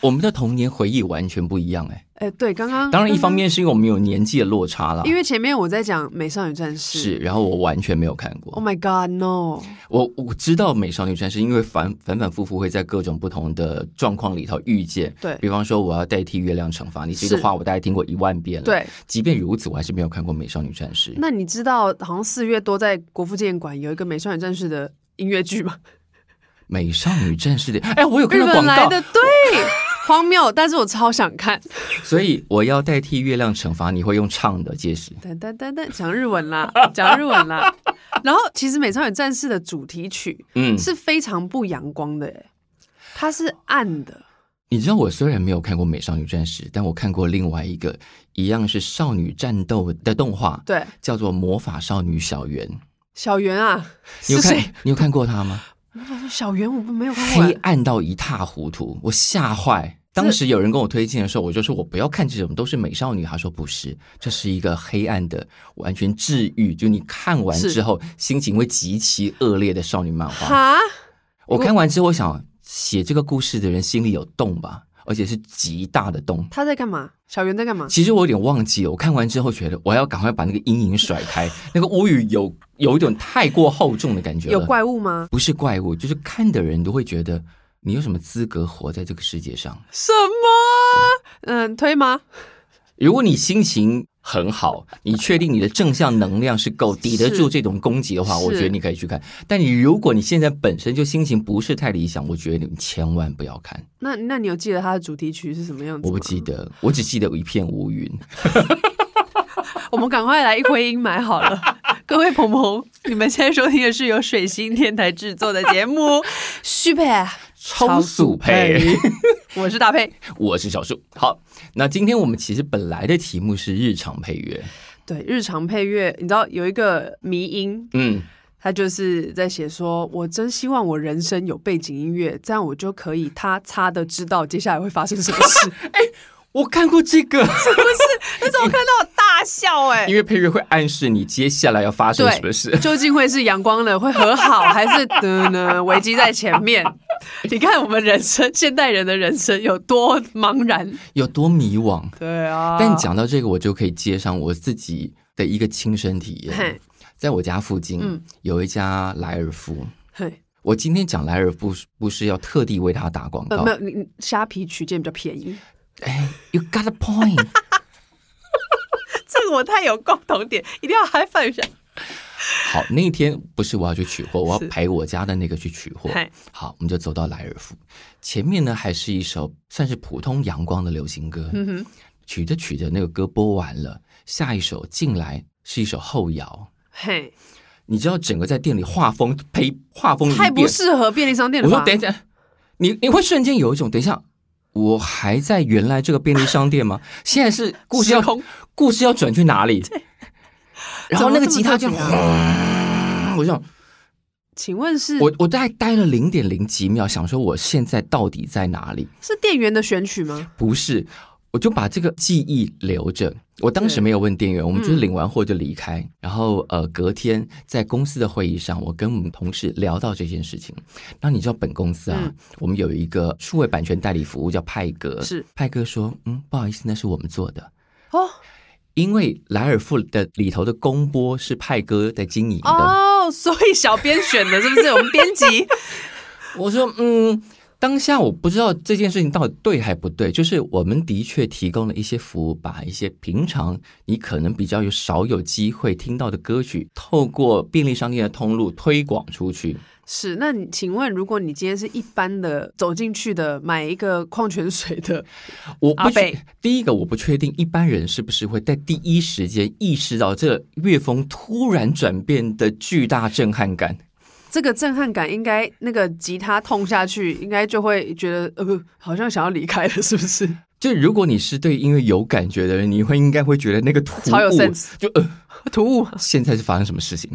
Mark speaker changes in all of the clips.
Speaker 1: 我们的童年回忆完全不一样哎、
Speaker 2: 哎，对，刚刚
Speaker 1: 当然，一方，面是因为我们有年纪的落差啦
Speaker 2: 刚刚，因为前面我在讲《美少女战士》
Speaker 1: 是，然后我完全没有看过
Speaker 2: ，Oh。my God，No！
Speaker 1: 我我知道《美少女战士》，因为反反反复复会在各种不同的状况里头遇见。
Speaker 2: 对
Speaker 1: 比方说，我要代替月亮惩罚你，这个
Speaker 2: 是
Speaker 1: 话我大概听过一万遍了。，
Speaker 2: 对，
Speaker 1: 即便如此，我还是没有看过《美少女战士》。
Speaker 2: 那你知道好像四月多在国父纪念馆有一个《美少女战士》的音乐剧吗？
Speaker 1: 美少女战士的，哎，我有看
Speaker 2: 日
Speaker 1: 到
Speaker 2: 本
Speaker 1: 广
Speaker 2: 来
Speaker 1: 告，
Speaker 2: 的，对，荒谬，但是我超想看。
Speaker 1: 所以我要代替月亮惩罚你，会用唱的，届时
Speaker 2: 噔噔噔噔，讲日文啦，讲日文啦。然后其实《美少女战士》的主题曲
Speaker 1: 嗯，
Speaker 2: 是非常不阳光的，哎，它是暗的。
Speaker 1: 你知道我虽然没有看过《美少女战士》，但我看过另外一个一样是少女战斗的动画，
Speaker 2: 对，
Speaker 1: 叫做《魔法少女小圆》。
Speaker 2: 小圆啊，
Speaker 1: 你有
Speaker 2: 是
Speaker 1: 看
Speaker 2: 谁？？
Speaker 1: 你有看过它吗？
Speaker 2: 我想说小圆，我们没有看过
Speaker 1: 黑
Speaker 2: 哎。
Speaker 1: 暗到一塌糊涂，我吓坏。当时有人跟我推荐的时候，我就说我不要看这种都是美少女，他说不是，这是一个黑暗的，完全治愈，就你看完
Speaker 2: 是
Speaker 1: 之后心情会极其恶劣的少女漫画。
Speaker 2: 哈，
Speaker 1: 我看完之后，我想写这个故事的人心里有洞吧，而且是极大的洞。
Speaker 2: 他在干嘛？小圆在干嘛？
Speaker 1: 其实我有点忘记了，我看完之后觉得我要赶快把那个阴影甩开，那个乌云有有一种太过厚重的感觉了。
Speaker 2: 有怪物吗？
Speaker 1: 不是怪物，就是看的人都会觉得你有什么资格活在这个世界上？
Speaker 2: 什么？嗯，推吗？
Speaker 1: 如果你心情很好，你确定你的正向能量是够抵得
Speaker 2: 是
Speaker 1: 住这种攻击的话，
Speaker 2: 是
Speaker 1: 我觉得你可以去看。但你如果你现在本身就心情不是太理想，我觉得你千万不要看。
Speaker 2: 那那你有记得它的主题曲是什么样子
Speaker 1: 我
Speaker 2: 吗？
Speaker 1: 不记得，我只记得有一片乌云。
Speaker 2: 我们赶快来一窥阴霾好 了。各位朋朋，你们现在收听的是由水星电台制作的节 目《虚配啊
Speaker 1: 超速配》，
Speaker 2: 我是大佩。
Speaker 1: 我是小树。好，那今天我们其实本来的题目是日常配乐，
Speaker 2: 对，日常配乐，你知道有一个迷音，
Speaker 1: 嗯，
Speaker 2: 他就是在写说，我真希望我人生有背景音乐，这样我就可以他擦的知道接下来会发生什么 事。
Speaker 1: 我看过这个。
Speaker 2: 那时候我看到我大笑 哎、
Speaker 1: 因为配乐会暗示你接下来要发生什么 事。
Speaker 2: 究竟会是阳光的会和好，还是 的呢？危机在前面。 你看我们人生，现代人的人生有多茫然。
Speaker 1: 有多迷惘。
Speaker 2: 对啊
Speaker 1: 但讲到这个，我就可以接上我自己的一个亲身体验
Speaker 2: 嘿。
Speaker 1: 在我家附近、
Speaker 2: 嗯
Speaker 1: 有一家莱尔夫，
Speaker 2: 嘿，
Speaker 1: 我今天讲莱尔夫是不是要特地为他打广
Speaker 2: 呃，
Speaker 1: 告
Speaker 2: 没。有，你你虾皮取件比较便宜，
Speaker 1: 哎，You got a point 。
Speaker 2: 这个我太有共同点，一定要 high five 一下。
Speaker 1: 好，那天不是我要去取货，我
Speaker 2: 是
Speaker 1: 要陪我家的那个去取货
Speaker 2: 嗨。
Speaker 1: 好，我们就走到莱尔夫，前面呢还是一首算是普通阳光的流行歌。
Speaker 2: 嗯哼，
Speaker 1: 取着取着，那个歌播完了，下一首进来是一首后摇。
Speaker 2: 嘿，
Speaker 1: 你知道整个在店里画风呸，画风一
Speaker 2: 太不
Speaker 1: 变。
Speaker 2: 适合便利商店
Speaker 1: 嗯我
Speaker 2: 了
Speaker 1: 说
Speaker 2: 吧？
Speaker 1: 等一下，你你会瞬间有一种等一下，我还在原来这个便利商店 吗？现在是故事要
Speaker 2: 时空
Speaker 1: 故事要转去哪 里？然后那个吉他就嗯
Speaker 2: 怎么这么特别
Speaker 1: 我想，
Speaker 2: 请问是
Speaker 1: 我我大概待了零点零几秒，想说我现在到底在哪里？
Speaker 2: 是店员的选曲吗？
Speaker 1: 不是，我就把这个记忆留着。我当时
Speaker 2: 对
Speaker 1: 没有问店员，我们就是
Speaker 2: 嗯
Speaker 1: 领完货就离开。然后呃，隔天在公司的会议上，我跟我们同事聊到这件事情。那你知道本公司啊，
Speaker 2: 嗯
Speaker 1: 我们有一个数位版权代理服务叫派格，
Speaker 2: 是
Speaker 1: 派哥说，嗯，不好意思，那是我们做的。
Speaker 2: 哦
Speaker 1: 因为莱尔富的里头的公播是派哥在经营的，
Speaker 2: 哦，所以小编选的是不是？我们编辑
Speaker 1: 我说，嗯，当下我不知道这件事情到底对还不对，就是我们的确提供了一些服务，把一些平常你可能比较有少有机会听到的歌曲，透过便利商店的通路推广出去。
Speaker 2: 是。那你请问，如果你今天是一般的走进去的买一个矿泉水的，
Speaker 1: 我不
Speaker 2: 阿
Speaker 1: 确
Speaker 2: 贝
Speaker 1: 第一个我不确定一般人是不是会在第一时间意识到这乐风突然转变的巨大震撼感。
Speaker 2: 这个震撼感应该那个吉他痛下去，应该就会觉得呃，不，好像想要离开了，是不是？
Speaker 1: 就如果你是对音乐有感觉的人，你会应该会觉得那个突
Speaker 2: 超有
Speaker 1: 兀
Speaker 2: sense
Speaker 1: 就呃
Speaker 2: 突兀。
Speaker 1: 现在是发生什么事情？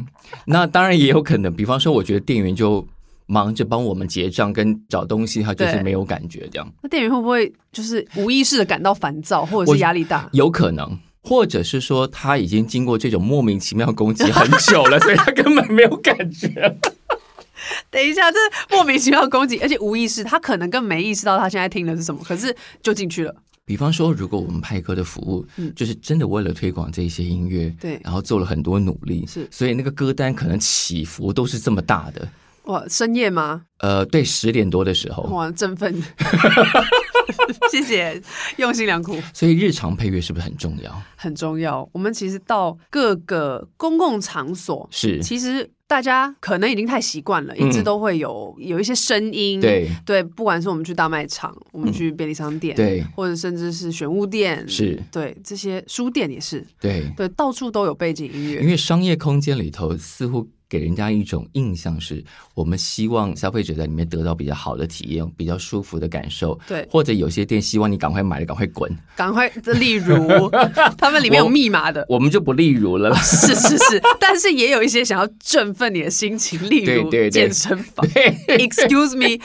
Speaker 1: 那当然也有可能，比方说，我觉得店员就忙着帮我们结账跟找东西，他就是
Speaker 2: 对
Speaker 1: 没有感觉这样，
Speaker 2: 那店员会不会就是无意识的感到烦躁，或者
Speaker 1: 我
Speaker 2: 是压力大？
Speaker 1: 有可能。或者是说他
Speaker 2: 嗯
Speaker 1: 已经经过这种莫名其妙攻击很久了，所以他根本没有感觉。
Speaker 2: 等一下，这莫名其妙攻击，而且无意识，他可能更没意识到他现在听的是什么，可是就进去了。
Speaker 1: 比方说，如果我们派歌的服务，
Speaker 2: 嗯
Speaker 1: 就是真的为了推广这一些音乐，
Speaker 2: 对
Speaker 1: 然后做了很多努力，
Speaker 2: 是
Speaker 1: 所以那个歌单可能起伏都是这么大的。
Speaker 2: 哇，深夜吗？
Speaker 1: 呃，对，十点多的时候，
Speaker 2: 哇，振 奋！谢谢，用心良苦
Speaker 1: 所以日常配乐是不是很重要？
Speaker 2: 很重要。我们其实到各个公共场所，
Speaker 1: 是，
Speaker 2: 其实大家可能已经太习惯了，一直都会有有一些声音。
Speaker 1: 对，
Speaker 2: 嗯对，不管是我们去大卖场，我们去便利商店，
Speaker 1: 嗯对
Speaker 2: 或者甚至是玄物店，
Speaker 1: 是，
Speaker 2: 对这些书店也是，
Speaker 1: 对，
Speaker 2: 对，到处都有背景音
Speaker 1: 因
Speaker 2: 乐。
Speaker 1: 为商业空间里头似乎。给人家一种印象是，我们希望消费者在里面得到比较好的体验，比较舒服的感受。
Speaker 2: 对
Speaker 1: 或者有些店希望你赶快买了，赶快滚。
Speaker 2: 赶快，例如 他们里面有密码的，
Speaker 1: 我们就不例如了啦。
Speaker 2: 是是是，但是也有一些想要振奋你的心情，例
Speaker 1: 对
Speaker 2: 如
Speaker 1: 对对
Speaker 2: 健身房。Excuse me，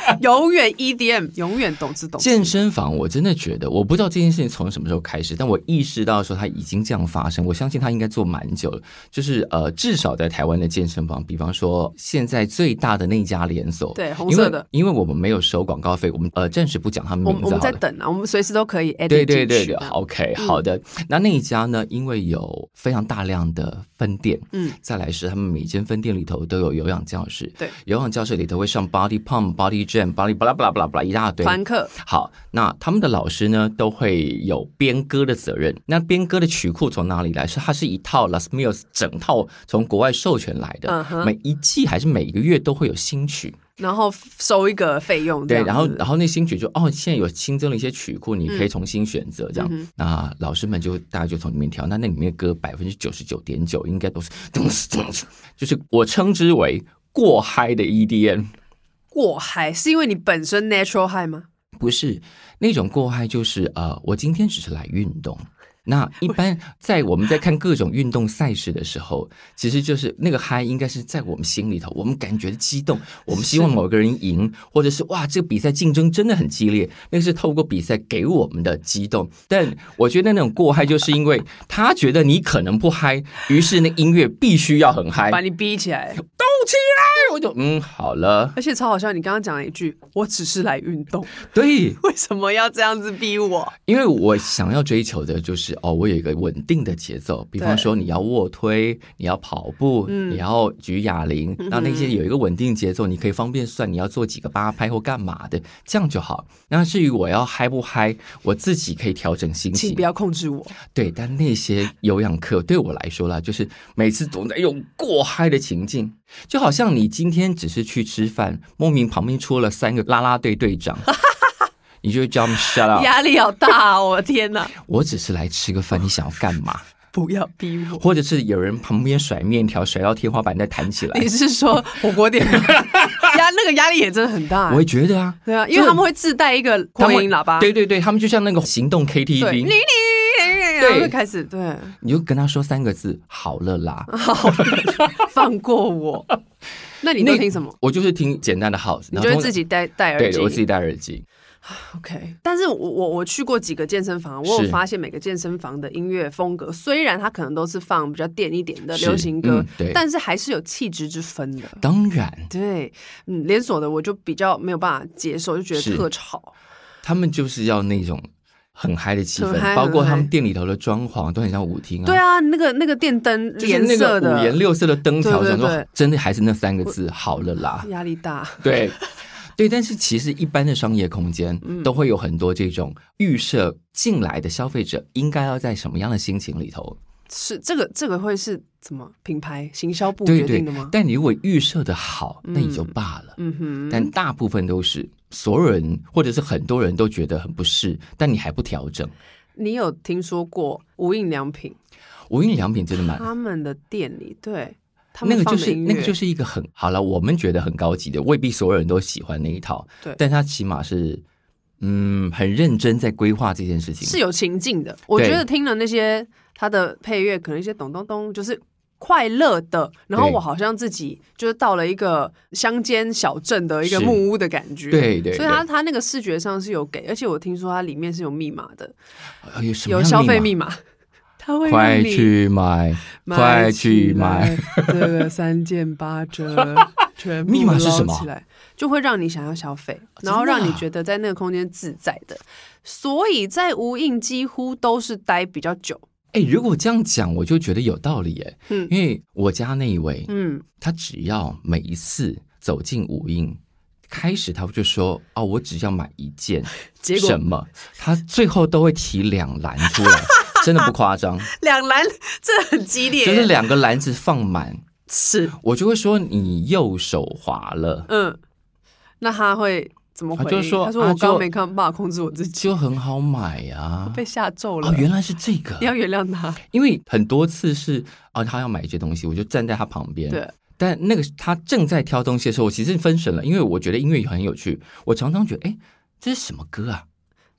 Speaker 2: 永远 EDM，永远懂之懂之。
Speaker 1: 健身房，我真的觉得，我不知道这件事情从什么时候开始，但我意识到说它已经这样发生。我相信它应该做蛮久了，就是呃，至少在台湾的健身房，比方说现在最大的那家连锁，
Speaker 2: 对红色的
Speaker 1: 因为，因为我们没有收广告费，我们呃暂时不讲他们
Speaker 2: 我
Speaker 1: 名
Speaker 2: 们
Speaker 1: 字
Speaker 2: 我们
Speaker 1: 好
Speaker 2: 在
Speaker 1: 了。
Speaker 2: 等啊，我们随时都可以 edit
Speaker 1: 对对对
Speaker 2: 进
Speaker 1: 对
Speaker 2: 去的
Speaker 1: ，OK，好
Speaker 2: 嗯
Speaker 1: 的。那那一家呢？因为有非常大量的分店，
Speaker 2: 嗯，
Speaker 1: 再来是他们每间分店里头都有有氧教室，
Speaker 2: 对，
Speaker 1: 有氧教室里头会上 body pump、body jam、body 巴拉巴拉巴拉巴拉一大堆，
Speaker 2: 团课
Speaker 1: 好，那他们的老师呢都会有编歌的责任。那编歌的曲库从哪里来？是它是一套 Las Mills 整套从国外授权来的
Speaker 2: 嗯哼
Speaker 1: 每一季还是每个月都会有新曲。
Speaker 2: 然后收一个费用这
Speaker 1: 对，
Speaker 2: 样子，
Speaker 1: 然后然后那新曲就哦，现在有新增了一些曲库，你可
Speaker 2: 嗯
Speaker 1: 以重新选择这样。那老师们就大家就从里面挑，那那里面的歌百分之九十九点九应该都是咚哧咚哧，就是我称之为过嗨的 E EDM。
Speaker 2: 过嗨是因为你本身 natural high 吗？
Speaker 1: 不是那种过嗨，就是呃，我今天只是来运动。那一般在我们在看各种运动赛事的时 候，其实就是那个嗨，应该是在我们心里头，我们感觉激动，我们希望某个人赢，或者是哇，这个比赛竞争真的很激烈，那是透过比赛给我们的激动。但我觉得那种过嗨，就是因 为他觉得你可能不嗨，于是那音乐必须要很嗨，
Speaker 2: 把
Speaker 1: 动
Speaker 2: 你逼起来，
Speaker 1: 起来，我就嗯好了，
Speaker 2: 而且超好笑。你刚刚讲了一句“我只是来运动
Speaker 1: 对。”，
Speaker 2: 为什么要这样子逼我？
Speaker 1: 因为我想要追求的就是哦，我有一个稳定的节奏，比方说你要卧推，你要跑步，你要举哑铃，那那些有一个稳定节奏，你可以方便算你要做几个八拍或干嘛的，这样就好。那至于我要嗨不嗨，我自己可以调整心
Speaker 2: 请
Speaker 1: 情
Speaker 2: 不。要控制我。
Speaker 1: 对，但那些有氧课对我来说啦，就是每次总在用过嗨的情境，就好像你今天只是去吃饭，莫名旁边出了三个啦啦队队长，你就会叫他们 shut up。
Speaker 2: 压力好大、哦，我的天哪！
Speaker 1: 我只是来吃个饭，
Speaker 2: 哦
Speaker 1: 你想要干嘛？
Speaker 2: 不要逼我。
Speaker 1: 或者是有人旁边甩面条，甩到天花板再弹起来
Speaker 2: 你，是 说火锅店吗 压那个压力也真的很大、
Speaker 1: 我会觉得啊，
Speaker 2: 对啊，因为他们会自带一个
Speaker 1: 他
Speaker 2: 扩
Speaker 1: 们
Speaker 2: 音喇叭，
Speaker 1: 对对对，他们就像那个行动
Speaker 2: 对，你
Speaker 1: KTV，
Speaker 2: 你，然后就开始对，
Speaker 1: 你就跟他说三个字，好了啦。
Speaker 2: 放过 我。那 你都听什么？
Speaker 1: 我就是听简单的 house，
Speaker 2: 你
Speaker 1: 然后
Speaker 2: 就会
Speaker 1: 通
Speaker 2: 自己戴戴耳
Speaker 1: 对，
Speaker 2: 机。
Speaker 1: 我自己戴耳机，
Speaker 2: OK，但是我我我去过几个健身房，我有
Speaker 1: 是
Speaker 2: 发现每个健身房的音乐风格，虽然它可能都是放比较电一点的
Speaker 1: 是
Speaker 2: 流行歌
Speaker 1: 嗯，对
Speaker 2: 但是还是有气质之分的。
Speaker 1: 当然
Speaker 2: 对，嗯，连锁的我就比较没有办法接受，就觉得
Speaker 1: 是
Speaker 2: 特吵。
Speaker 1: 他们就是要那种很嗨的气
Speaker 2: 很嗨
Speaker 1: 氛，包括
Speaker 2: 很嗨
Speaker 1: 他们店里头的装潢都很像舞厅啊。
Speaker 2: 对。啊，那个那个电灯
Speaker 1: 就是
Speaker 2: 颜
Speaker 1: 那
Speaker 2: 色
Speaker 1: 个
Speaker 2: 的
Speaker 1: 五颜六色的灯条，
Speaker 2: 对对
Speaker 1: 想
Speaker 2: 对
Speaker 1: 说真的还是那三个字，好了啦。
Speaker 2: 压力大。
Speaker 1: 对，对，但是其实一般的商业空间
Speaker 2: 嗯
Speaker 1: 都会有很多这种预设进来的消费者应该要在什么样的心情里头。
Speaker 2: 是这个这个会是怎么品牌行销部
Speaker 1: 对
Speaker 2: 决定
Speaker 1: 对
Speaker 2: 的吗？，
Speaker 1: 但你如果预设的好，那也就罢了。
Speaker 2: 嗯哼，
Speaker 1: 但大部分都是所有人或者是很多人都觉得很不适，但你还不调整。
Speaker 2: 你有听说过无印良品
Speaker 1: 无印良品真的蛮。
Speaker 2: 他们的店里对啊他
Speaker 1: 那
Speaker 2: 们
Speaker 1: 个
Speaker 2: 放
Speaker 1: 就
Speaker 2: 的
Speaker 1: 是
Speaker 2: 音乐、
Speaker 1: 那个就是是一个很好了，我们觉得很高级的，未必所有人都喜欢那一套，
Speaker 2: 对
Speaker 1: 但它起码是嗯很认真在规划这件事情，
Speaker 2: 有情境的。我觉得听了那些他的配乐，可能一些咚咚咚，就是。快乐的，然后
Speaker 1: 对
Speaker 2: 我好像自己就是到了一个乡间小镇的一个
Speaker 1: 是
Speaker 2: 木屋的感觉，
Speaker 1: 对对
Speaker 2: 所以它
Speaker 1: 对
Speaker 2: 它那个视觉上是有给，而且我听说它里面是有密码的，
Speaker 1: 哎呦什么
Speaker 2: 有
Speaker 1: 样
Speaker 2: 消费
Speaker 1: 码
Speaker 2: 密码， 它会让
Speaker 1: 快
Speaker 2: 你
Speaker 1: 去买，快去买！
Speaker 2: 这个三件八折，全部
Speaker 1: 密码是什么
Speaker 2: 捞起来就会让你想要消费，
Speaker 1: 真的啊
Speaker 2: 然后让你觉得在那个空间自在的。所以在无印几乎都是待比较久。
Speaker 1: 哎，如果这样讲，我就觉得有道理哎，
Speaker 2: 嗯
Speaker 1: 因为我家那一位，
Speaker 2: 嗯，
Speaker 1: 他只要每一次走进五印，开始他就说哦，我只要买一件，
Speaker 2: 结果
Speaker 1: 什么？他最后都会提两篮出来， 真的不夸张，
Speaker 2: 两篮这很激烈，
Speaker 1: 就是两个篮子放满，
Speaker 2: 是
Speaker 1: 我就会说你右手滑了，
Speaker 2: 嗯。那他会怎么回
Speaker 1: 他
Speaker 2: 应？
Speaker 1: 就说
Speaker 2: 他说
Speaker 1: 啊
Speaker 2: 我刚
Speaker 1: 就
Speaker 2: 刚没看办法控制我 自己，
Speaker 1: 就很好买啊。
Speaker 2: 被吓咒了。
Speaker 1: 哦，原来是这个
Speaker 2: 你，要原谅他。
Speaker 1: 因为很多次是哦，他要买一些东西，我就站在他旁边，
Speaker 2: 对，
Speaker 1: 但那个他正在挑东西的时候，我其实分神了，因为我觉得音乐很有趣，我常常觉得，哎，这是什么歌啊？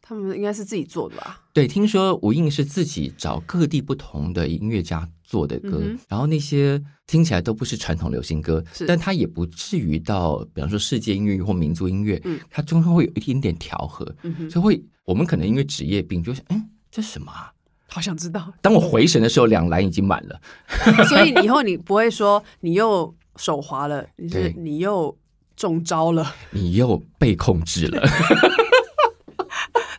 Speaker 2: 他们应该是自己做的吧？
Speaker 1: 对，听说无印是自己找各地不同的音乐家做的歌，
Speaker 2: 嗯哼
Speaker 1: 然后那些听起来都不是传统流行歌
Speaker 2: 是，
Speaker 1: 但它也不至于到，比方说世界音乐或民族音乐，
Speaker 2: 嗯
Speaker 1: 它中间会有一点点调和，
Speaker 2: 嗯哼，
Speaker 1: 所以会我们可能因为职业病就是，嗯，这什么、啊？
Speaker 2: 好想知道。
Speaker 1: 当我回神的时候，两篮已经满了。
Speaker 2: 所以以后你不会说你又手滑了，你是
Speaker 1: 对
Speaker 2: 你又中招了，
Speaker 1: 你又被控制了，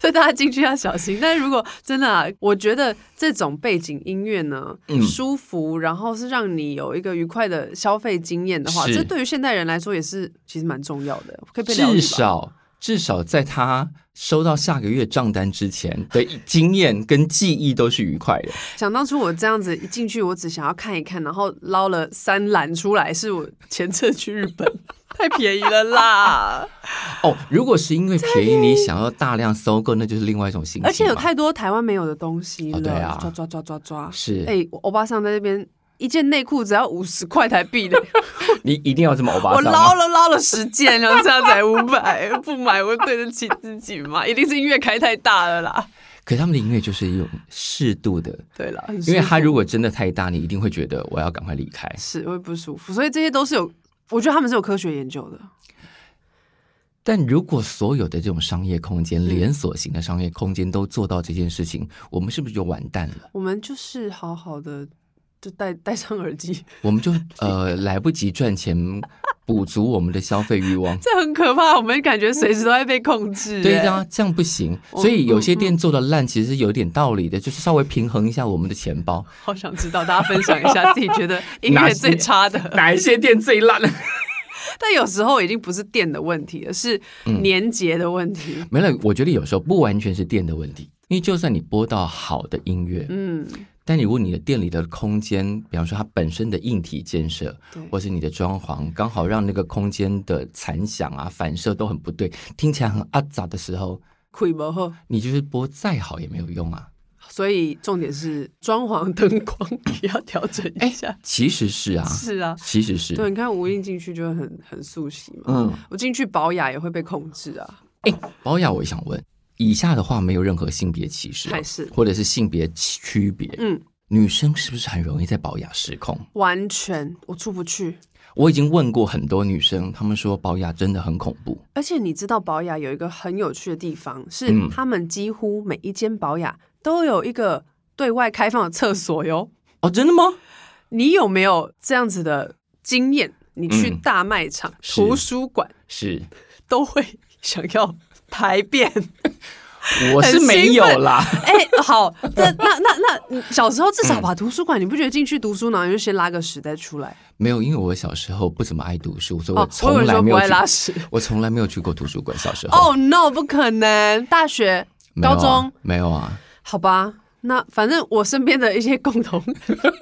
Speaker 2: 所以大家进去要小心。但是如果真的、啊，我觉得这种背景音乐呢，
Speaker 1: 嗯
Speaker 2: 舒服，然后是让你有一个愉快的消费经验的话，
Speaker 1: 是
Speaker 2: 这对于现代人来说也是其实蛮重要的，可以被疗愈
Speaker 1: 至
Speaker 2: 吧。
Speaker 1: 少至少在他收到下个月账单之前的经验跟记忆都是愉快的。
Speaker 2: 想当初我这样子一进去，我只想要看一看，然后捞了三篮出来，是我前次去日本 太便宜了啦。
Speaker 1: 哦，如果是因为便宜你想要大量搜购，那就是另外一种心情嘛。
Speaker 2: 而且有太多台湾没有的东西了，
Speaker 1: 哦对啊
Speaker 2: 抓抓抓抓抓！
Speaker 1: 是
Speaker 2: 哎、我欧巴桑在那边一件内裤只要五十块台 币的，
Speaker 1: 你一定要这么欧巴
Speaker 2: 我
Speaker 1: 桑吗啊
Speaker 2: 捞了捞了十件，然后这样才五百，不买我对得起自己吗？一定是音乐开太大了啦。
Speaker 1: 可是他们的音乐就是一种适度的，
Speaker 2: 对了，很
Speaker 1: 因为
Speaker 2: 舒服
Speaker 1: 他如果真的太大，你一定会觉得我要赶快离开。
Speaker 2: 是会不舒服，所以这些都是有，我觉得他们是有科学研究的。
Speaker 1: 但如果所有的这种商业空间、连锁型的商业空间都做到这件事情，我们是不是就完蛋了？
Speaker 2: 我们就是好好的，就戴戴上耳机，
Speaker 1: 我们就呃来不及赚钱补足我们的消费欲望。
Speaker 2: 这很可怕。我们感觉随时都在被控制、
Speaker 1: 对
Speaker 2: 哎
Speaker 1: 啊，这样不行。
Speaker 2: 我
Speaker 1: 所以有些店做的烂，其实有点道理的，就是稍微平衡一下我们的钱包。
Speaker 2: 好想知道大家分享一下自己觉得音
Speaker 1: 哪
Speaker 2: 乐
Speaker 1: 些
Speaker 2: 最差的。
Speaker 1: 哪一些店最烂？
Speaker 2: 但有时候已经不是店的问题了，是
Speaker 1: 嗯
Speaker 2: 年节的问题。
Speaker 1: 没了，我觉得有时候不完全是店的问题，因为就算你播到好的音乐，
Speaker 2: 嗯，
Speaker 1: 但如果你的店里的空间，比方说它本身的硬体建设，
Speaker 2: 对，
Speaker 1: 或是你的装潢，刚好让那个空间的残响啊、反射都很不对，听起来很阿杂的时候，
Speaker 2: 亏不后。
Speaker 1: 你就是播再好也没有用啊。
Speaker 2: 所以重点是装潢灯光 也要调整一下。
Speaker 1: 其实哎是啊，
Speaker 2: 是啊，
Speaker 1: 其实是，
Speaker 2: 对，你看无印进去就很很素习嘛。
Speaker 1: 嗯，
Speaker 2: 我进去保养也会被控制啊，
Speaker 1: 哎，保雅，我也想问，以下的话没有任何性别歧视哦、
Speaker 2: 还是
Speaker 1: 或者是性别区别，
Speaker 2: 嗯，
Speaker 1: 女生是不是很容易在保雅失控？
Speaker 2: 完全我出不去。
Speaker 1: 我已经问过很多女生，她们说保雅真的很恐怖。
Speaker 2: 而且你知道保雅有一个很有趣的地方，是
Speaker 1: 嗯
Speaker 2: 他们几乎每一间保雅都有一个对外开放的厕所哟。
Speaker 1: 哦，真的吗？
Speaker 2: 你有没有这样子的经验？你去
Speaker 1: 嗯
Speaker 2: 大卖场、
Speaker 1: 是
Speaker 2: 图书馆
Speaker 1: 是，
Speaker 2: 都会想要排便。
Speaker 1: 我是没有啦。
Speaker 2: 哎、好，那那那那，你小时候至少吧，图书馆你不觉得进去读书呢，你就先拉个屎再出来？
Speaker 1: 没有，因为我小时候不怎么爱读书，所以我
Speaker 2: 哦，我
Speaker 1: 从
Speaker 2: 有人
Speaker 1: 来
Speaker 2: 说
Speaker 1: 没有
Speaker 2: 不爱
Speaker 1: 去。
Speaker 2: 拉屎。
Speaker 1: 我从来没有去过图书馆，小时候。
Speaker 2: 哦、no，不可能！大学、
Speaker 1: 没有
Speaker 2: 高
Speaker 1: 啊
Speaker 2: 中，
Speaker 1: 没有啊，
Speaker 2: 好吧。那反正我身边的一些共同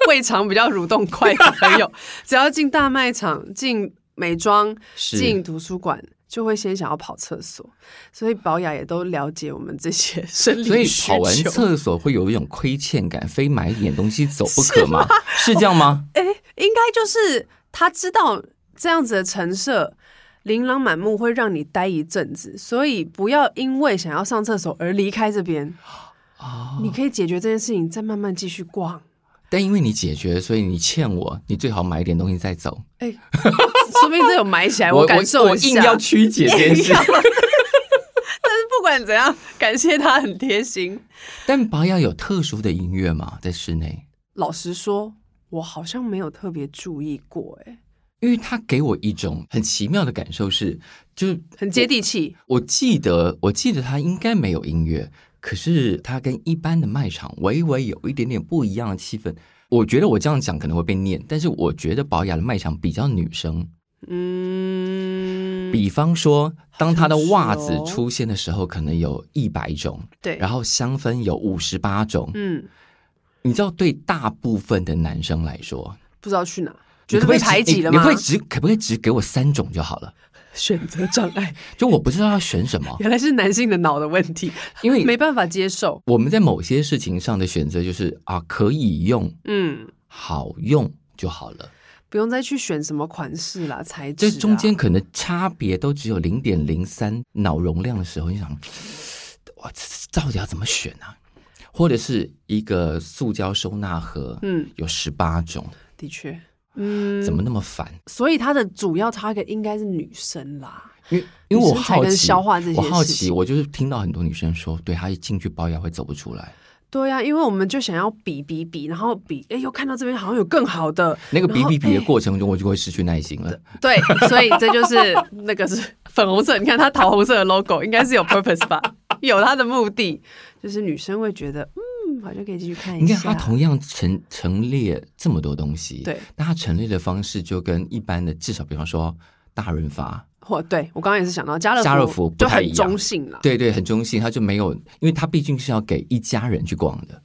Speaker 2: 胃肠比较蠕动快的 朋友，只要进大卖场、进美妆、进
Speaker 1: 是
Speaker 2: 图书馆就会先想要跑厕所，所以宝雅也都了解我们这些生
Speaker 1: 所
Speaker 2: 理
Speaker 1: 以
Speaker 2: 需
Speaker 1: 跑完
Speaker 2: 求。
Speaker 1: 厕所会有一种亏欠感，非买一点东西走不可 吗？是这样吗？
Speaker 2: 哎、应该就是他知道这样子的陈设琳琅满目会让你待一阵子，所以不要因为想要上厕所而离开这边。
Speaker 1: 哦
Speaker 2: 你可以解决这件事情，再慢慢继续逛。
Speaker 1: 但因为你解决，所以你欠我，你最好买一点东西再走。
Speaker 2: 哎、 说不定这有埋起来，
Speaker 1: 我
Speaker 2: 哎感
Speaker 1: 我
Speaker 2: 受
Speaker 1: 我
Speaker 2: 一
Speaker 1: 硬
Speaker 2: 下。。
Speaker 1: 要曲解这件事
Speaker 2: 但是不管怎样，感谢他很贴心。
Speaker 1: 但保雅有特殊的音乐吗？在室内？
Speaker 2: 老实说，我好像没有特别注意过、欸，哎，
Speaker 1: 因为它给我一种很奇妙的感受是，就是
Speaker 2: 很接地气。
Speaker 1: 我记得，我记得它应该没有音乐，可是它跟一般的卖场微微有一点点不一样的气氛。我觉得我这样讲可能会被念，但是我觉得保雅的卖场比较女生。
Speaker 2: 嗯，
Speaker 1: 比方说，当她的袜子
Speaker 2: 好像是哦
Speaker 1: 出现的时候，可能有一百种，
Speaker 2: 对，
Speaker 1: 然后香氛有五十八种。
Speaker 2: 嗯，
Speaker 1: 你知道，对大部分的男生来说，
Speaker 2: 不知道去哪，
Speaker 1: 你
Speaker 2: 觉
Speaker 1: 可不可
Speaker 2: 得被
Speaker 1: 以只
Speaker 2: 排挤了
Speaker 1: 你
Speaker 2: 吗？
Speaker 1: 可不可以只可不可以只给我三种就好了？
Speaker 2: 选择障 碍，
Speaker 1: 就我不知道要选什么，
Speaker 2: 原来是男性的脑的问题，
Speaker 1: 因为
Speaker 2: 没办法接受。
Speaker 1: 我们在某些事情上的选择就是啊，可以用、
Speaker 2: 嗯，
Speaker 1: 好用就好了。
Speaker 2: 不用再去选什么款式啦、材质
Speaker 1: 这
Speaker 2: 啊。
Speaker 1: 中间可能差别都只有零点零三脑容量的时候，你想，哇，这这到底要怎么选啊？或者是一个塑胶收纳盒，
Speaker 2: 嗯，
Speaker 1: 有十八种，
Speaker 2: 的确，嗯，
Speaker 1: 怎么那么烦？
Speaker 2: 所以它的主要 target 应该是女生啦。
Speaker 1: 因为因为我
Speaker 2: 女生才
Speaker 1: 好
Speaker 2: 能
Speaker 1: 奇，
Speaker 2: 消化这些
Speaker 1: 我好
Speaker 2: 事
Speaker 1: 奇，
Speaker 2: 情
Speaker 1: 我就是听到很多女生说，对她一进去包养会走不出来。
Speaker 2: 对呀、因为我们就想要比比比，然后比，哎，又看到这边好像有更好的，
Speaker 1: 那个
Speaker 2: 然
Speaker 1: 比
Speaker 2: 后
Speaker 1: 比比的
Speaker 2: 哎
Speaker 1: 过程中，我就会失去耐心了。
Speaker 2: 对， 所以这就是那个是粉红色，你看它桃红色的 logo 应该是有 purpose 吧， 有它的目的，就是女生会觉得，嗯，好像可以继续看一
Speaker 1: 你
Speaker 2: 下。
Speaker 1: 看，他同样陈陈列这么多东西，
Speaker 2: 啊对，
Speaker 1: 但他陈列的方式就跟一般的，至少比方说大润发，
Speaker 2: 或对我刚刚也是想到家乐
Speaker 1: 家乐福不
Speaker 2: 就
Speaker 1: 太
Speaker 2: 很
Speaker 1: 一样
Speaker 2: 中性啦。
Speaker 1: 对对，很中性，他就没有，因为他毕竟是要给一家人去逛的，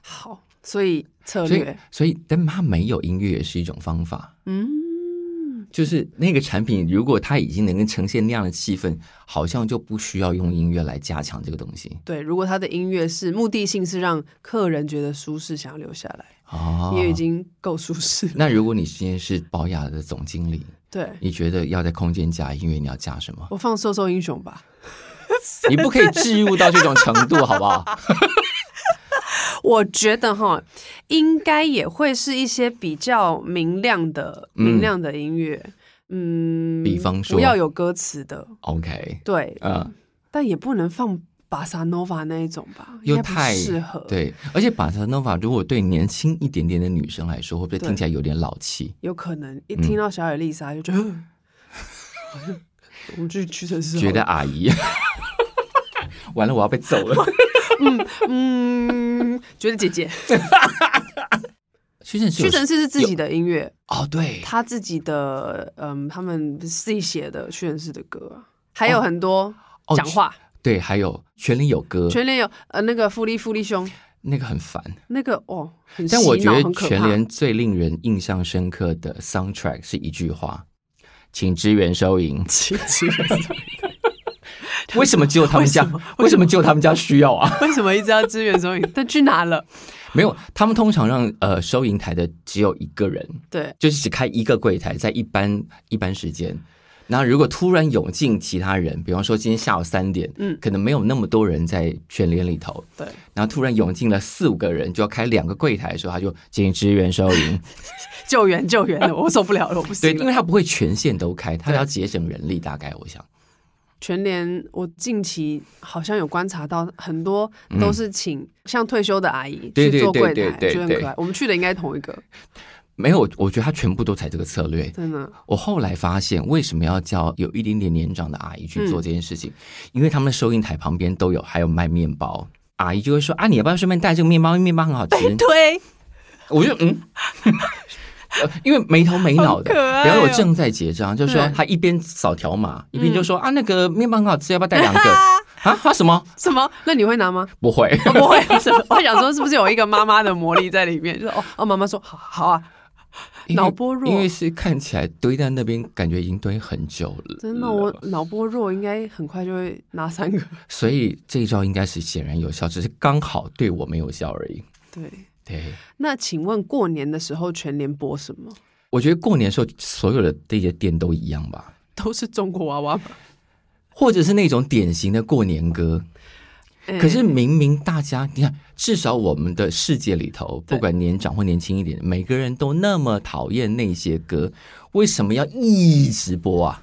Speaker 2: 好，所以策
Speaker 1: 所以
Speaker 2: 略，
Speaker 1: 所以，但他没有音乐也是一种方法。
Speaker 2: 嗯，
Speaker 1: 就是那个产品，如果它已经能够呈现那样的气氛，好像就不需要用音乐来加强这个东西
Speaker 2: 对，如果他的音乐是目的性是让客人觉得舒适，想要留下来，
Speaker 1: 哦
Speaker 2: 因为已经够舒适了。
Speaker 1: 那如果你今天是保雅的总经理，
Speaker 2: 对
Speaker 1: 你觉得要在空间加音乐，你要加什么？
Speaker 2: 我放《瘦瘦英雄》吧，
Speaker 1: 你不可以置入到这种程度，好不好？
Speaker 2: 我觉得哈，应该也会是一些比较明亮的、
Speaker 1: 嗯
Speaker 2: 明亮的音乐，嗯，
Speaker 1: 比方说
Speaker 2: 不要有歌词的，
Speaker 1: OK，
Speaker 2: 对，
Speaker 1: 嗯，
Speaker 2: 但也不能放巴萨诺瓦那一种吧，
Speaker 1: 又
Speaker 2: 应该不
Speaker 1: 太
Speaker 2: 适合，，
Speaker 1: 对，而且把它弄法，如果对年轻一点点的女生来说，会不会
Speaker 2: 对
Speaker 1: 听起来有点老气？
Speaker 2: 有可能
Speaker 1: 嗯
Speaker 2: 一听到小野丽莎就觉得， 嗯我们去屈臣氏好
Speaker 1: 觉
Speaker 2: 了，
Speaker 1: 得阿姨， 完了，我要被揍了。
Speaker 2: 嗯，觉得姐姐，
Speaker 1: 屈臣氏有，
Speaker 2: 屈臣氏是自己的音乐，
Speaker 1: 哦，对，
Speaker 2: 他自己的，嗯，他们自己写的屈臣氏的歌啊，还有很多
Speaker 1: 哦
Speaker 2: 讲话。
Speaker 1: 对，还有全里有歌，
Speaker 2: 全联有呃那个福利福利兄
Speaker 1: 那个很烦。
Speaker 2: 那个哦，很
Speaker 1: 但我
Speaker 2: 洗
Speaker 1: 觉
Speaker 2: 脑
Speaker 1: 得
Speaker 2: 很可
Speaker 1: 全
Speaker 2: 怕。
Speaker 1: 联最令人印象深刻的 soundtrack 是一句话：“请支援收 银。”为什么只有他们家？
Speaker 2: 为什么
Speaker 1: 为什么只有他们家需要啊？
Speaker 2: 为什么一直要支援收银？但去哪了？
Speaker 1: 没有，他们通常让呃收银台的只有一个人，
Speaker 2: 对，
Speaker 1: 就是只开一个柜台，在一般一般时间。那如果突然涌进其他人，比方说今天下午三点，
Speaker 2: 嗯
Speaker 1: 可能没有那么多人在全联里头，
Speaker 2: 对，
Speaker 1: 然后突然涌进了四五个人，就要开两个柜台的时候，他就请支援收银。
Speaker 2: 救援救援的，我受不了了，我不
Speaker 1: 对，
Speaker 2: 行
Speaker 1: 因
Speaker 2: 了。
Speaker 1: 为他不会全线都开，他
Speaker 2: 对
Speaker 1: 要节省人力，大概我想。
Speaker 2: 全联，我近期好像有观察到很多都是请像退休的阿姨
Speaker 1: 嗯对
Speaker 2: 去
Speaker 1: 对
Speaker 2: 做
Speaker 1: 对
Speaker 2: 柜
Speaker 1: 对
Speaker 2: 台，
Speaker 1: 对
Speaker 2: 觉得很
Speaker 1: 对
Speaker 2: 可爱。我们去的应该同一个，
Speaker 1: 没有，我觉得他全部都采这个策略。
Speaker 2: 真的
Speaker 1: 我后来发现，为什么要叫有一点点年长的阿姨去做这件事情？因为他们的收银台旁边都有，还有卖面包。阿姨就会说：“啊，你要不要顺便带这个面包？因为面包很好 吃。
Speaker 2: 推”
Speaker 1: 我就嗯。 呃因为没头没脑的，
Speaker 2: 好可爱哦
Speaker 1: 然后我正在结账，就说
Speaker 2: 对嗯
Speaker 1: 他一边扫条码，一边就说、啊，那个面包很好吃，要不要带两 个？啊啊什么？
Speaker 2: 什么？那你会 拿吗？
Speaker 1: 不会，
Speaker 2: 我不会，我想说是不是有一个妈妈的魔力在里面？就是哦哦，妈妈说好好啊，
Speaker 1: 因为
Speaker 2: 脑波弱
Speaker 1: 因为是看起来堆在那边，感觉已经堆很久了。
Speaker 2: 真的我脑波弱，应该很快就会拿三个。
Speaker 1: 所以这一招应该是显然有效，只是刚好对我没有效而已。
Speaker 2: 对，
Speaker 1: 对，
Speaker 2: 那请问过年的时候全联播什么？
Speaker 1: 我觉得过年的时候所有的这些店都一样吧，
Speaker 2: 都是中国娃娃吗？
Speaker 1: 或者是那种典型的过年歌。可是
Speaker 2: 哎
Speaker 1: 明明大家，你看，至少我们的世界里头，
Speaker 2: 对
Speaker 1: 不管年长或年轻一点，每个人都那么讨厌那些歌，为什么要一直播啊？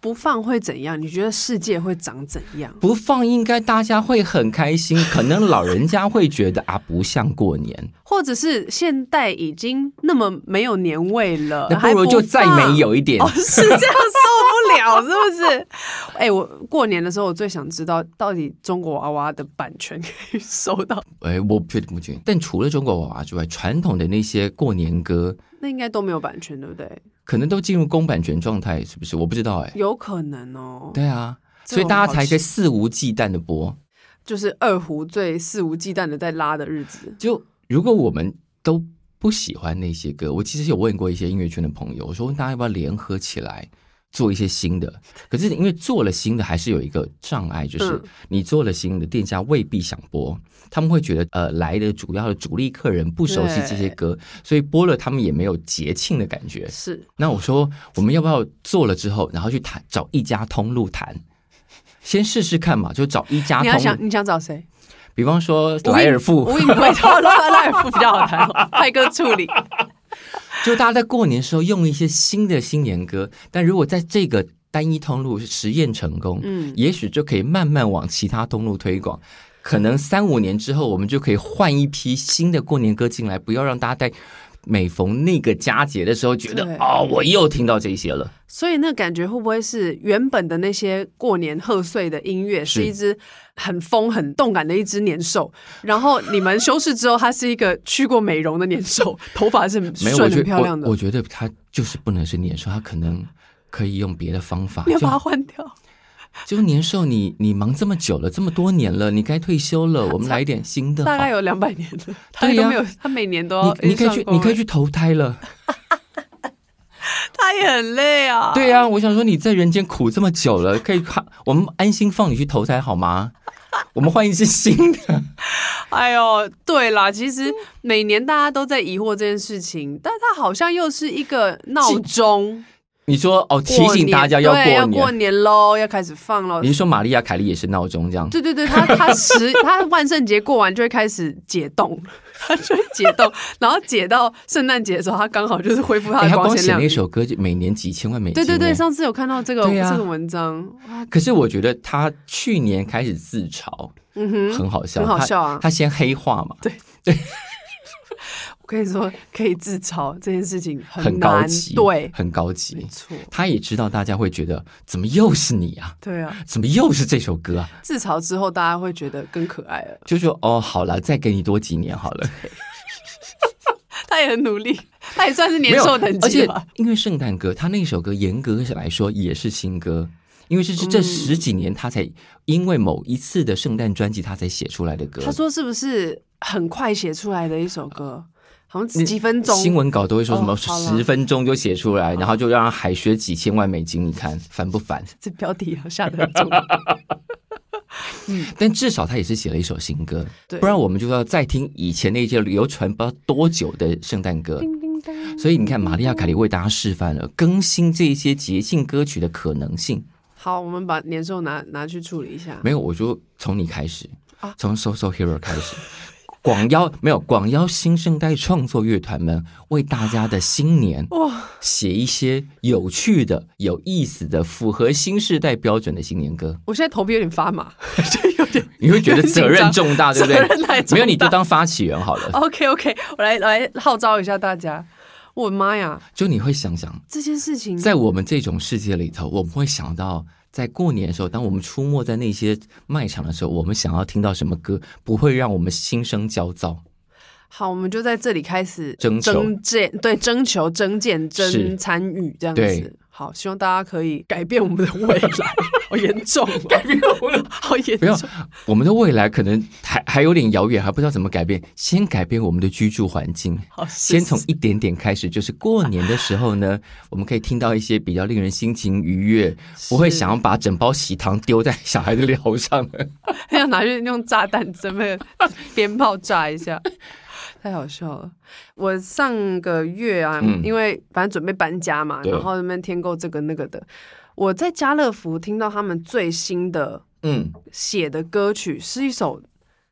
Speaker 2: 不放会怎样？你觉得世界会长怎样？
Speaker 1: 不放应该大家会很开心，可能老人家会觉得啊不像过年，
Speaker 2: 或者是现代已经那么没有年味了，
Speaker 1: 那不如就再没
Speaker 2: 有。
Speaker 1: 有一点
Speaker 2: 哦，。是这样受不了，是 不是？哎、我过年的时候，我最想知道到底中国娃娃的版权可以收到，
Speaker 1: 哎，我不确定不确定。但除了中国娃娃之外，传统的那些过年歌
Speaker 2: 那应该都没有版权，对不对？
Speaker 1: 可能都进入公版权状态，是不是？我不知道哎。
Speaker 2: 有可能哦，
Speaker 1: 对啊，
Speaker 2: 这
Speaker 1: 所以大家才
Speaker 2: 我好奇
Speaker 1: 可以肆无忌惮的播。
Speaker 2: 就是二胡最肆无忌惮的在拉的日子，
Speaker 1: 就如果我们都不喜欢那些歌，我其实有问过一些音乐圈的朋友，我说问大家要不要联合起来做一些新的。可是因为做了新的，还是有一个障碍，就是
Speaker 2: 嗯
Speaker 1: 你做了新的，店家未必想播，他们会觉得呃来的主要的主力客人不熟悉这些歌，所以播了他们也没有节庆的感觉。
Speaker 2: 是
Speaker 1: 那我说我们要不要做了之后，然后去谈找一家通路谈，先试试看嘛，就找一家
Speaker 2: 你
Speaker 1: 通
Speaker 2: 要想
Speaker 1: 路，
Speaker 2: 你想找谁？
Speaker 1: 比方说莱尔富。
Speaker 2: 无影回头，拉拉尔夫比较好谈哦， 派哥处理。
Speaker 1: 就大家在过年的时候用一些新的新年歌，但如果在这个单一通路实验成功，
Speaker 2: 嗯
Speaker 1: 也许就可以慢慢往其他通路推广。可能三五年之后，我们就可以换一批新的过年歌进来，不要让大家在每逢那个佳节的时候觉得
Speaker 2: 对
Speaker 1: 哦，我又听到这些了。
Speaker 2: 所以那感觉会不会是原本的那些过年贺岁的音乐
Speaker 1: 是
Speaker 2: 是一只很疯很动感的一只年兽，然后你们修饰之后，它是一个去过美容的年兽，头发是
Speaker 1: 没有，我
Speaker 2: 顺
Speaker 1: 觉得
Speaker 2: 很漂亮
Speaker 1: 我
Speaker 2: 的
Speaker 1: 我，觉得他就是不能是年兽，他可能可以用别的方法。
Speaker 2: 你要把它
Speaker 1: 就
Speaker 2: 换掉。
Speaker 1: 就年兽你，你忙这么久了，这么多年了，你该退休了，我们来一点新的好
Speaker 2: 大
Speaker 1: 了。
Speaker 2: 概有两百年了，它
Speaker 1: 对呀
Speaker 2: 都没有，它每年都要
Speaker 1: 你你可以去，你可以去投胎了。
Speaker 2: 它也很累 啊。
Speaker 1: 对呀、我想说你在人间苦这么久了，可以看我们安心放你去投胎好吗？我们换一只新的。
Speaker 2: 哎呦，对啦，其实每年大家都在疑惑这件事情，但它好像又是一个闹钟，
Speaker 1: 你说哦，提醒大家要
Speaker 2: 过年
Speaker 1: 过
Speaker 2: 对要过
Speaker 1: 年。
Speaker 2: 年喽，要开始放喽
Speaker 1: 你。是说玛利亚凯莉也是闹钟这样？
Speaker 2: 对对对，他 他十他万圣节过完就会开始解冻，他就会解冻， 然后解到圣诞节的时候，他刚好就是恢复他
Speaker 1: 哎，
Speaker 2: 的
Speaker 1: 他
Speaker 2: 光
Speaker 1: 光
Speaker 2: 鲜
Speaker 1: 写
Speaker 2: 亮
Speaker 1: 那
Speaker 2: 丽。
Speaker 1: 首歌就每年几千万美金
Speaker 2: 对
Speaker 1: 哎。
Speaker 2: 对对，上次有看到这个、
Speaker 1: 对啊
Speaker 2: 这个文章，哇，
Speaker 1: 可是我觉得他去年开始自嘲，
Speaker 2: 嗯哼，
Speaker 1: 很好笑，
Speaker 2: 很好
Speaker 1: 他
Speaker 2: 笑啊
Speaker 1: 他先黑化嘛，
Speaker 2: 我跟你说，可以自嘲这件事情
Speaker 1: 很高
Speaker 2: 难，
Speaker 1: 级，
Speaker 2: 对，
Speaker 1: 很高
Speaker 2: 没
Speaker 1: 级。
Speaker 2: 错，
Speaker 1: 他也知道大家会觉得，怎么又是你啊？
Speaker 2: 对啊，
Speaker 1: 怎么又是这首歌啊？
Speaker 2: 自嘲之后大家会觉得更可爱 了。
Speaker 1: 就说哦，好了，再给你多几年好 了。
Speaker 2: 他也很努力，他也算是
Speaker 1: 没
Speaker 2: 年
Speaker 1: 有
Speaker 2: 兽等
Speaker 1: 而
Speaker 2: 级
Speaker 1: 且
Speaker 2: 吧。
Speaker 1: 因为圣诞歌，他那首歌严格来说也是新歌，因为这
Speaker 2: 嗯
Speaker 1: 是这十几年他才因为某一次的圣诞专辑他才写出来的歌。
Speaker 2: 他说是不是很快写出来的一首歌？好像只几分钟，
Speaker 1: 新闻稿都会说什么
Speaker 2: 哦好哦啦
Speaker 1: 十分钟就写出来，然后就让他海学几千万美金，你看烦不烦？
Speaker 2: 这标题要下得很重。
Speaker 1: 但至少他也是写了一首新歌，
Speaker 2: 对
Speaker 1: 不然我们就要再听以前那些流传不知道多久的圣诞歌。所以你看，玛利亚凯莉为大家示范了更新这些节庆歌曲的可能性。
Speaker 2: 好，我们把年兽拿拿去处理一下。
Speaker 1: 没有，我就从你开始
Speaker 2: 啊，
Speaker 1: 从 Social Hero 开始。 广邀没有广邀新生代创作乐团们为大家的新年
Speaker 2: 哇，
Speaker 1: 写一些有趣的、有意思的、符合新时代标准的新年歌，
Speaker 2: 我现在头皮有点 发麻，就有点
Speaker 1: 你会觉得责任重 大，对不
Speaker 2: 责任太
Speaker 1: 对？
Speaker 2: 重大啊
Speaker 1: 没有，你就当发起人好了。
Speaker 2: OK OK。我来来号召一下大家，我的妈呀，
Speaker 1: 就你会想想，
Speaker 2: 这件事情
Speaker 1: 在我们这种世界里头，我们会想到，在过年的时候，当我们出没在那些卖场的时候，我们想要听到什么歌，不会让我们心生焦躁。
Speaker 2: 好，我们就在这里开始
Speaker 1: 征求
Speaker 2: 征见，对，征求、征见、
Speaker 1: 是
Speaker 2: 征参与这样
Speaker 1: 对
Speaker 2: 子。好，希望大家可以改变我们的未 来，好严重、哦，改变我们的好严
Speaker 1: 不要
Speaker 2: 重。，
Speaker 1: 我们的未来可能还还有点遥远，还不知道怎么改变。先改变我们的居住环境，
Speaker 2: 好，是
Speaker 1: 先从一点点开始。就是过年的时候 呢，我们可以听到一些比较令人心情愉悦，不会想要把整包喜糖丢在小孩的脸上。
Speaker 2: 要拿去用炸弹 准备鞭炮炸一下， 太好笑了。我上个月啊，
Speaker 1: 嗯
Speaker 2: 因为反正准备搬家嘛，
Speaker 1: 对
Speaker 2: 然后那边添购这个那个的，我在家乐福听到他们最新的
Speaker 1: 嗯，
Speaker 2: 写的歌曲是一首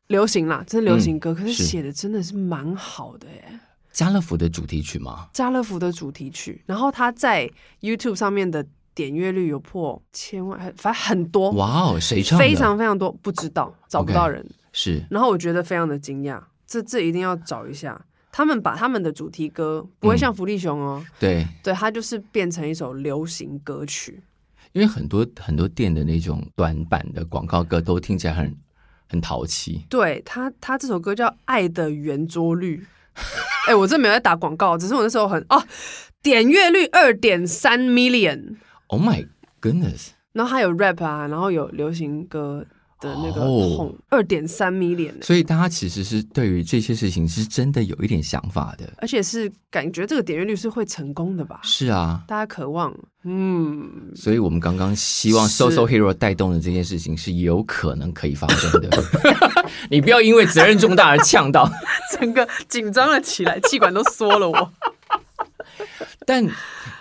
Speaker 2: 流行啦，真的流行歌，可是
Speaker 1: 嗯是
Speaker 2: 写的真的是蛮好的欸耶。
Speaker 1: 家乐福的主题曲吗？
Speaker 2: 家乐福的主题曲，然后他在 YouTube 上面的点阅率有破千万，反正很多，
Speaker 1: 哇哦，谁唱的？
Speaker 2: 非常非常多，不知道找不到
Speaker 1: OK
Speaker 2: 人。
Speaker 1: 是
Speaker 2: 然后我觉得非常的惊讶，这这一定要找一下。他们把他们的主题歌不会像福利熊哦，
Speaker 1: 对，
Speaker 2: 对，它就是变成一首流行歌曲。
Speaker 1: 因为很多很多店的那种短版的广告歌都听起来很很淘气，
Speaker 2: 对他，他这首歌叫《爱的圆桌率》。哎、我这没有在打广告，只是我那时候很哦，点阅率二点三 million，
Speaker 1: Oh my goodness！
Speaker 2: 然后还有 rap 啊，然后有流行歌的那个
Speaker 1: 哦
Speaker 2: 红二点三 million，呢、欸
Speaker 1: 所以大家其实是对于这些事情是真的有一点想法的。
Speaker 2: 而且是感觉这个点阅率是会成功的吧？
Speaker 1: 是啊，
Speaker 2: 大家渴望，嗯，
Speaker 1: 所以我们刚刚希望
Speaker 2: 是
Speaker 1: So So Hero 带动的这件事情是有可能可以发生的。 你不要因为责任重大而呛到。
Speaker 2: 整个紧张了起来，气管都缩了我。
Speaker 1: 但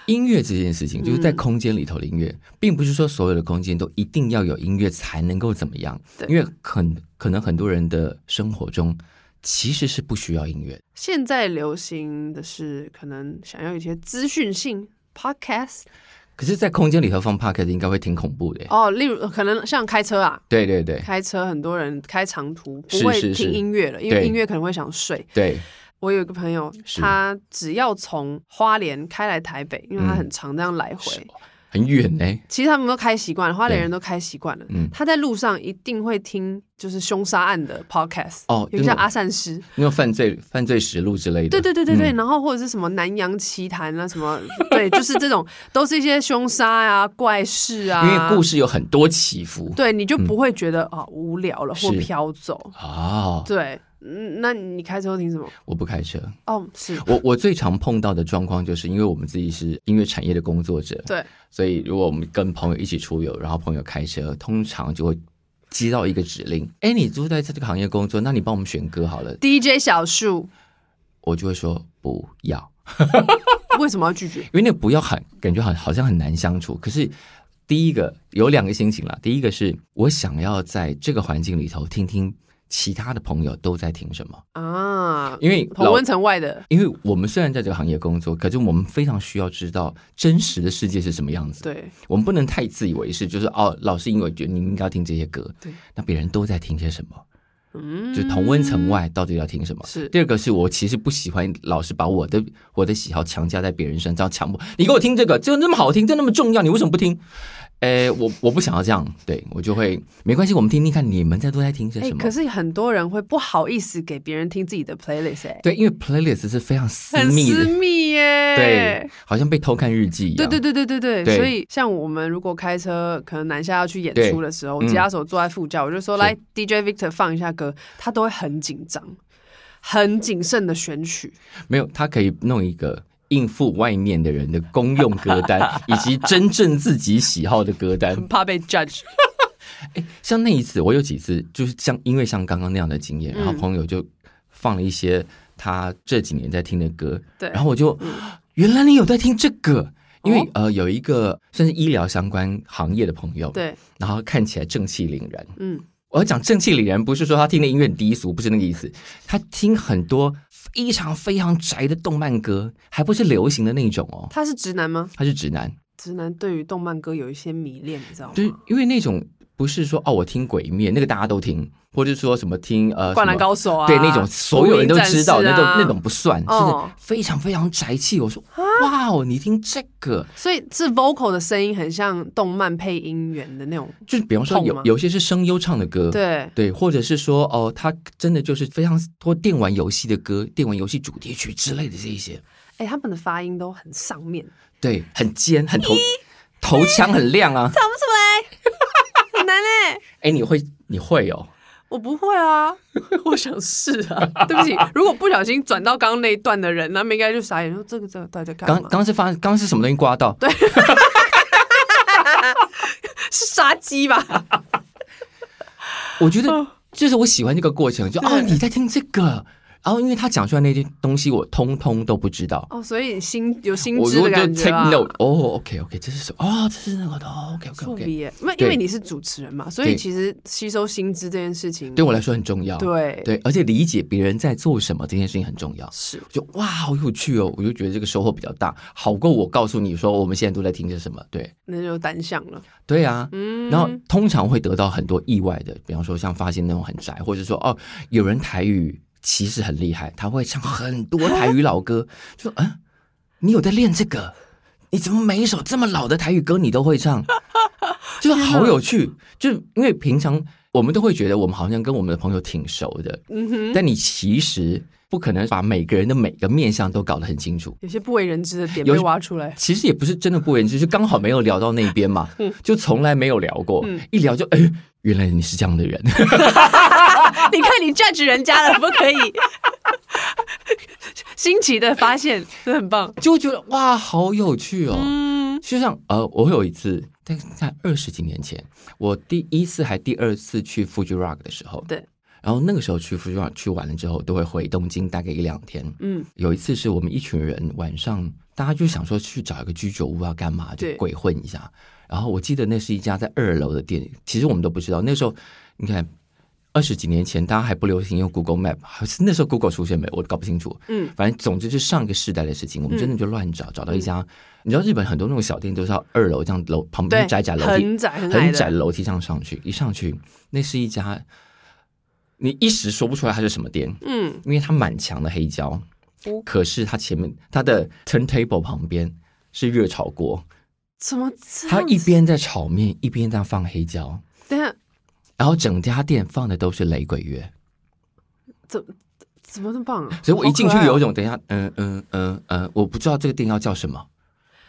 Speaker 1: 音乐这件事情，就是在
Speaker 2: 嗯
Speaker 1: 空间里头的音乐，并不是说所有的空间都一定要有音乐才能够怎么样，
Speaker 2: 对
Speaker 1: 因为很可能很多人的生活中其实是不需要音乐的。
Speaker 2: 现在流行的是可能想要一些资讯性 podcast
Speaker 1: 可是，在空间里头放 podcast 应该会挺恐怖的耶。
Speaker 2: 哦，例如可能像开车啊，
Speaker 1: 对对对
Speaker 2: 开车很多人开长途不
Speaker 1: 是
Speaker 2: 会
Speaker 1: 是是
Speaker 2: 听音乐了，因为
Speaker 1: 对
Speaker 2: 音乐可能会想睡。
Speaker 1: 对，
Speaker 2: 我有一个朋友，
Speaker 1: 是
Speaker 2: 他只要从花莲开来台北，因为他
Speaker 1: 嗯
Speaker 2: 很常这样来回，
Speaker 1: 很远呢。
Speaker 2: 其实他们都开习惯了，花莲人都开习惯了。
Speaker 1: 嗯
Speaker 2: 他在路上一定会听就是凶杀案的 podcast，
Speaker 1: 哦因
Speaker 2: 有个
Speaker 1: 为
Speaker 2: 叫
Speaker 1: 我
Speaker 2: 阿善师，
Speaker 1: 那种犯罪犯罪实录之类的。嗯
Speaker 2: 对对对对对，然后或者是什么南洋奇谈啊，什么 对，就是这种都是一些凶杀呀、怪事啊，
Speaker 1: 因为故事有很多起伏。
Speaker 2: 对你就不会觉得啊、无聊了或
Speaker 1: 是
Speaker 2: 飘走。
Speaker 1: 哦，
Speaker 2: 对，嗯，那你开车听什么？
Speaker 1: 我不开车。
Speaker 2: 哦，是
Speaker 1: 我我最常碰到的状况就是，因为我们自己是音乐产业的工作者，
Speaker 2: 对，
Speaker 1: 所以如果我们跟朋友一起出游，然后朋友开车，通常就会接到一个指令：哎，你都在这个行业工作，那你帮我们选歌好了。
Speaker 2: DJ 小树
Speaker 1: 我就会说不要，
Speaker 2: 为什么要拒绝？
Speaker 1: 因为那个不要很感觉很好像很难相处。可是第一个有两个心情啦，第一个是我想要在这个环境里头听听其他的朋友都在听什么，
Speaker 2: 啊，
Speaker 1: 因为
Speaker 2: 同
Speaker 1: 老
Speaker 2: 温层外的，
Speaker 1: 因为我们虽然在这个行业工作，可是我们非常需要知道真实的世界是什么样子。，
Speaker 2: 对
Speaker 1: 我们不能太自以为是，就是哦，老师因为觉得你应该要听这些歌，
Speaker 2: 对，
Speaker 1: 那别人都在听些什么？
Speaker 2: 嗯，
Speaker 1: 就同温层外到底要听什么？
Speaker 2: 是
Speaker 1: 第二个是我其实不喜欢老是把我的我的喜好强加在别人身上，强迫你给我听这个，就那么好听，就那么重要，你为什么不听？诶，我我不想要这样，对我就会没关系，我们听听看你们在都在听些
Speaker 2: 哎、
Speaker 1: 什么。
Speaker 2: 可是很多人会不好意思给别人听自己的 playlist，哎、
Speaker 1: 对，因为 playlist 是非常私
Speaker 2: 很
Speaker 1: 密
Speaker 2: 私
Speaker 1: 的，
Speaker 2: 密耶，
Speaker 1: 对，好像被偷看日记一样。
Speaker 2: 对对对对对对，
Speaker 1: 对
Speaker 2: 所以像我们如果开车，可能南下要去演出的时候，
Speaker 1: 对嗯
Speaker 2: 吉他手坐在副驾，我就说
Speaker 1: 是
Speaker 2: 来 DJ Victor 放一下歌，他都会很紧张，很谨慎的选曲。
Speaker 1: 没有，他可以弄一个应付外面的人的公用歌 单，以及真正自己喜好的歌单。
Speaker 2: 很怕被 judge。
Speaker 1: 像那一次，我有几次就是像因为像刚刚那样的经验，然后
Speaker 2: 嗯
Speaker 1: 朋友就放了一些他这几年在听的歌，
Speaker 2: 对，
Speaker 1: 然后我就、原来你有在听这个。因为
Speaker 2: 哦
Speaker 1: 呃，有一个算是医疗相关行业的朋友，，
Speaker 2: 对，
Speaker 1: 然后看起来正气凛然。
Speaker 2: 嗯，
Speaker 1: 我要讲正气凛然，不是说他听的音乐很低俗，不是那个意思。他听很多非常非常宅的动漫歌，还不是流行的那种哦。
Speaker 2: 他是直男吗？
Speaker 1: 他是直男，
Speaker 2: 直男对于动漫歌有一些迷恋，你知道吗？
Speaker 1: 就是因为那种不是说哦，我听鬼灭那个大家都听，或者说什么听呃
Speaker 2: 灌篮
Speaker 1: 什么
Speaker 2: 高手啊，
Speaker 1: 对那种所有人都知道、
Speaker 2: 福音
Speaker 1: 那
Speaker 2: 战士
Speaker 1: 种
Speaker 2: 啊
Speaker 1: 那种，不算，是
Speaker 2: 哦啊
Speaker 1: 非常非常宅气。我说哇哦，你听这个，
Speaker 2: 所以是 vocal 的声音很像动漫配音员的那种，
Speaker 1: 就是比方说
Speaker 2: 痛
Speaker 1: 有
Speaker 2: 吗
Speaker 1: 有些是声优唱的歌，
Speaker 2: 对，
Speaker 1: 对，或者是说哦，他真的就是非常多电玩游戏的歌，电玩游戏主题曲之类的这一些，
Speaker 2: 哎，他们的发音都很上 面，
Speaker 1: 对，很尖，很头头腔很亮啊。
Speaker 2: 唱不出来， 很难欸嘞。
Speaker 1: 哎，你会你会哦。
Speaker 2: 我不会啊， 我想试啊。对不起，如果不小心转到刚刚那一段的人，他们应该就傻眼，说这个这个到底在干嘛？
Speaker 1: 刚刚是发，刚刚是什么东西刮到？对，
Speaker 2: 是杀鸡吧？ 嗯
Speaker 1: 我觉得就是我喜欢这个过程，就啊、你在听这个，然后因为他讲出来那些东西，我通通都不知道。
Speaker 2: 哦，所以心有心
Speaker 1: 我
Speaker 2: 知
Speaker 1: 如果
Speaker 2: 的
Speaker 1: 就
Speaker 2: 感觉
Speaker 1: take
Speaker 2: 啊。
Speaker 1: note，哦，OK OK，这是什么？哦，这是那个的哦，OK OK
Speaker 2: 触
Speaker 1: OK，
Speaker 2: 鼻耶，因为
Speaker 1: 对
Speaker 2: 因为你是主持人嘛，所以
Speaker 1: 对
Speaker 2: 其实吸收薪资这件事情，
Speaker 1: 对我来说很重要。
Speaker 2: 对
Speaker 1: 对，而且理解别人在做什么这件事情很重要。
Speaker 2: 是
Speaker 1: 就哇，好有趣哦！我就觉得这个收获比较大，好过我告诉你说我们现在都在听些什么。对，
Speaker 2: 那就单向了。
Speaker 1: 对啊，
Speaker 2: 嗯，
Speaker 1: 然后通常会得到很多意外的，比方说像发现那种很宅，或者说哦，有人台语其实很厉害，他会唱很多台语老歌，就嗯，你有在练这个？ 你怎么每一首这么老的台语歌你都会唱？就是好有趣，就是因为平常我们都会觉得我们好像跟我们的朋友挺熟的，
Speaker 2: 嗯哼，
Speaker 1: 但你其实不可能把每个人的每个面相都搞得很清楚。
Speaker 2: 有些不为人知的点
Speaker 1: 有
Speaker 2: 被挖出来，
Speaker 1: 其实也不是真的不为人知，就刚好没有聊到那边嘛，就从来没有聊过，
Speaker 2: 嗯
Speaker 1: 一聊就哎，原来你是这样的人，
Speaker 2: 你看你 judge 人家了，不可以。 新奇的发现，真的很棒。
Speaker 1: 就觉得哇，好有趣哦。
Speaker 2: 嗯，
Speaker 1: 就像呃，我有一次，但是在二十几年前，我第一次还第二次去 Fuji Rock 的时候，
Speaker 2: 对，
Speaker 1: 然后那个时候去 Fuji Rock 去完了之后，都会回东京待个一两天。
Speaker 2: 嗯，
Speaker 1: 有一次是我们一群人晚上，大家就想说去找一个居酒屋啊，干嘛就
Speaker 2: 对
Speaker 1: 鬼混一下。然后我记得那是一家在二楼的店，其实我们都不知道。那时候你看，二十几年前大家还不流行用 Google Map，还是那时候 Google 出现没？我搞不清楚。
Speaker 2: 嗯，
Speaker 1: 反正总之是上个世代的事情，我们真的就乱找，找到一家。你知道日本很多那种小店都是要二楼这样楼旁边
Speaker 2: 嗯对，
Speaker 1: 窄窄楼梯，
Speaker 2: 很窄很
Speaker 1: 很
Speaker 2: 的
Speaker 1: 窄的楼梯上上去，一上去那是一家，你一时说不出来它是什么店，
Speaker 2: 嗯，
Speaker 1: 因为它满墙的黑胶
Speaker 2: 哦，
Speaker 1: 可是它前面它的 turntable 旁边是热炒锅，
Speaker 2: 怎么这
Speaker 1: 它
Speaker 2: 样
Speaker 1: 一
Speaker 2: 子？
Speaker 1: 边在炒面，一边在放黑胶，
Speaker 2: 等一下
Speaker 1: 然后整家店放的都是雷鬼乐，
Speaker 2: 怎怎么那么棒啊？
Speaker 1: 所以我一进去
Speaker 2: 好可爱哦
Speaker 1: 有一种等一下，嗯嗯嗯嗯，我不知道这个店要叫什么。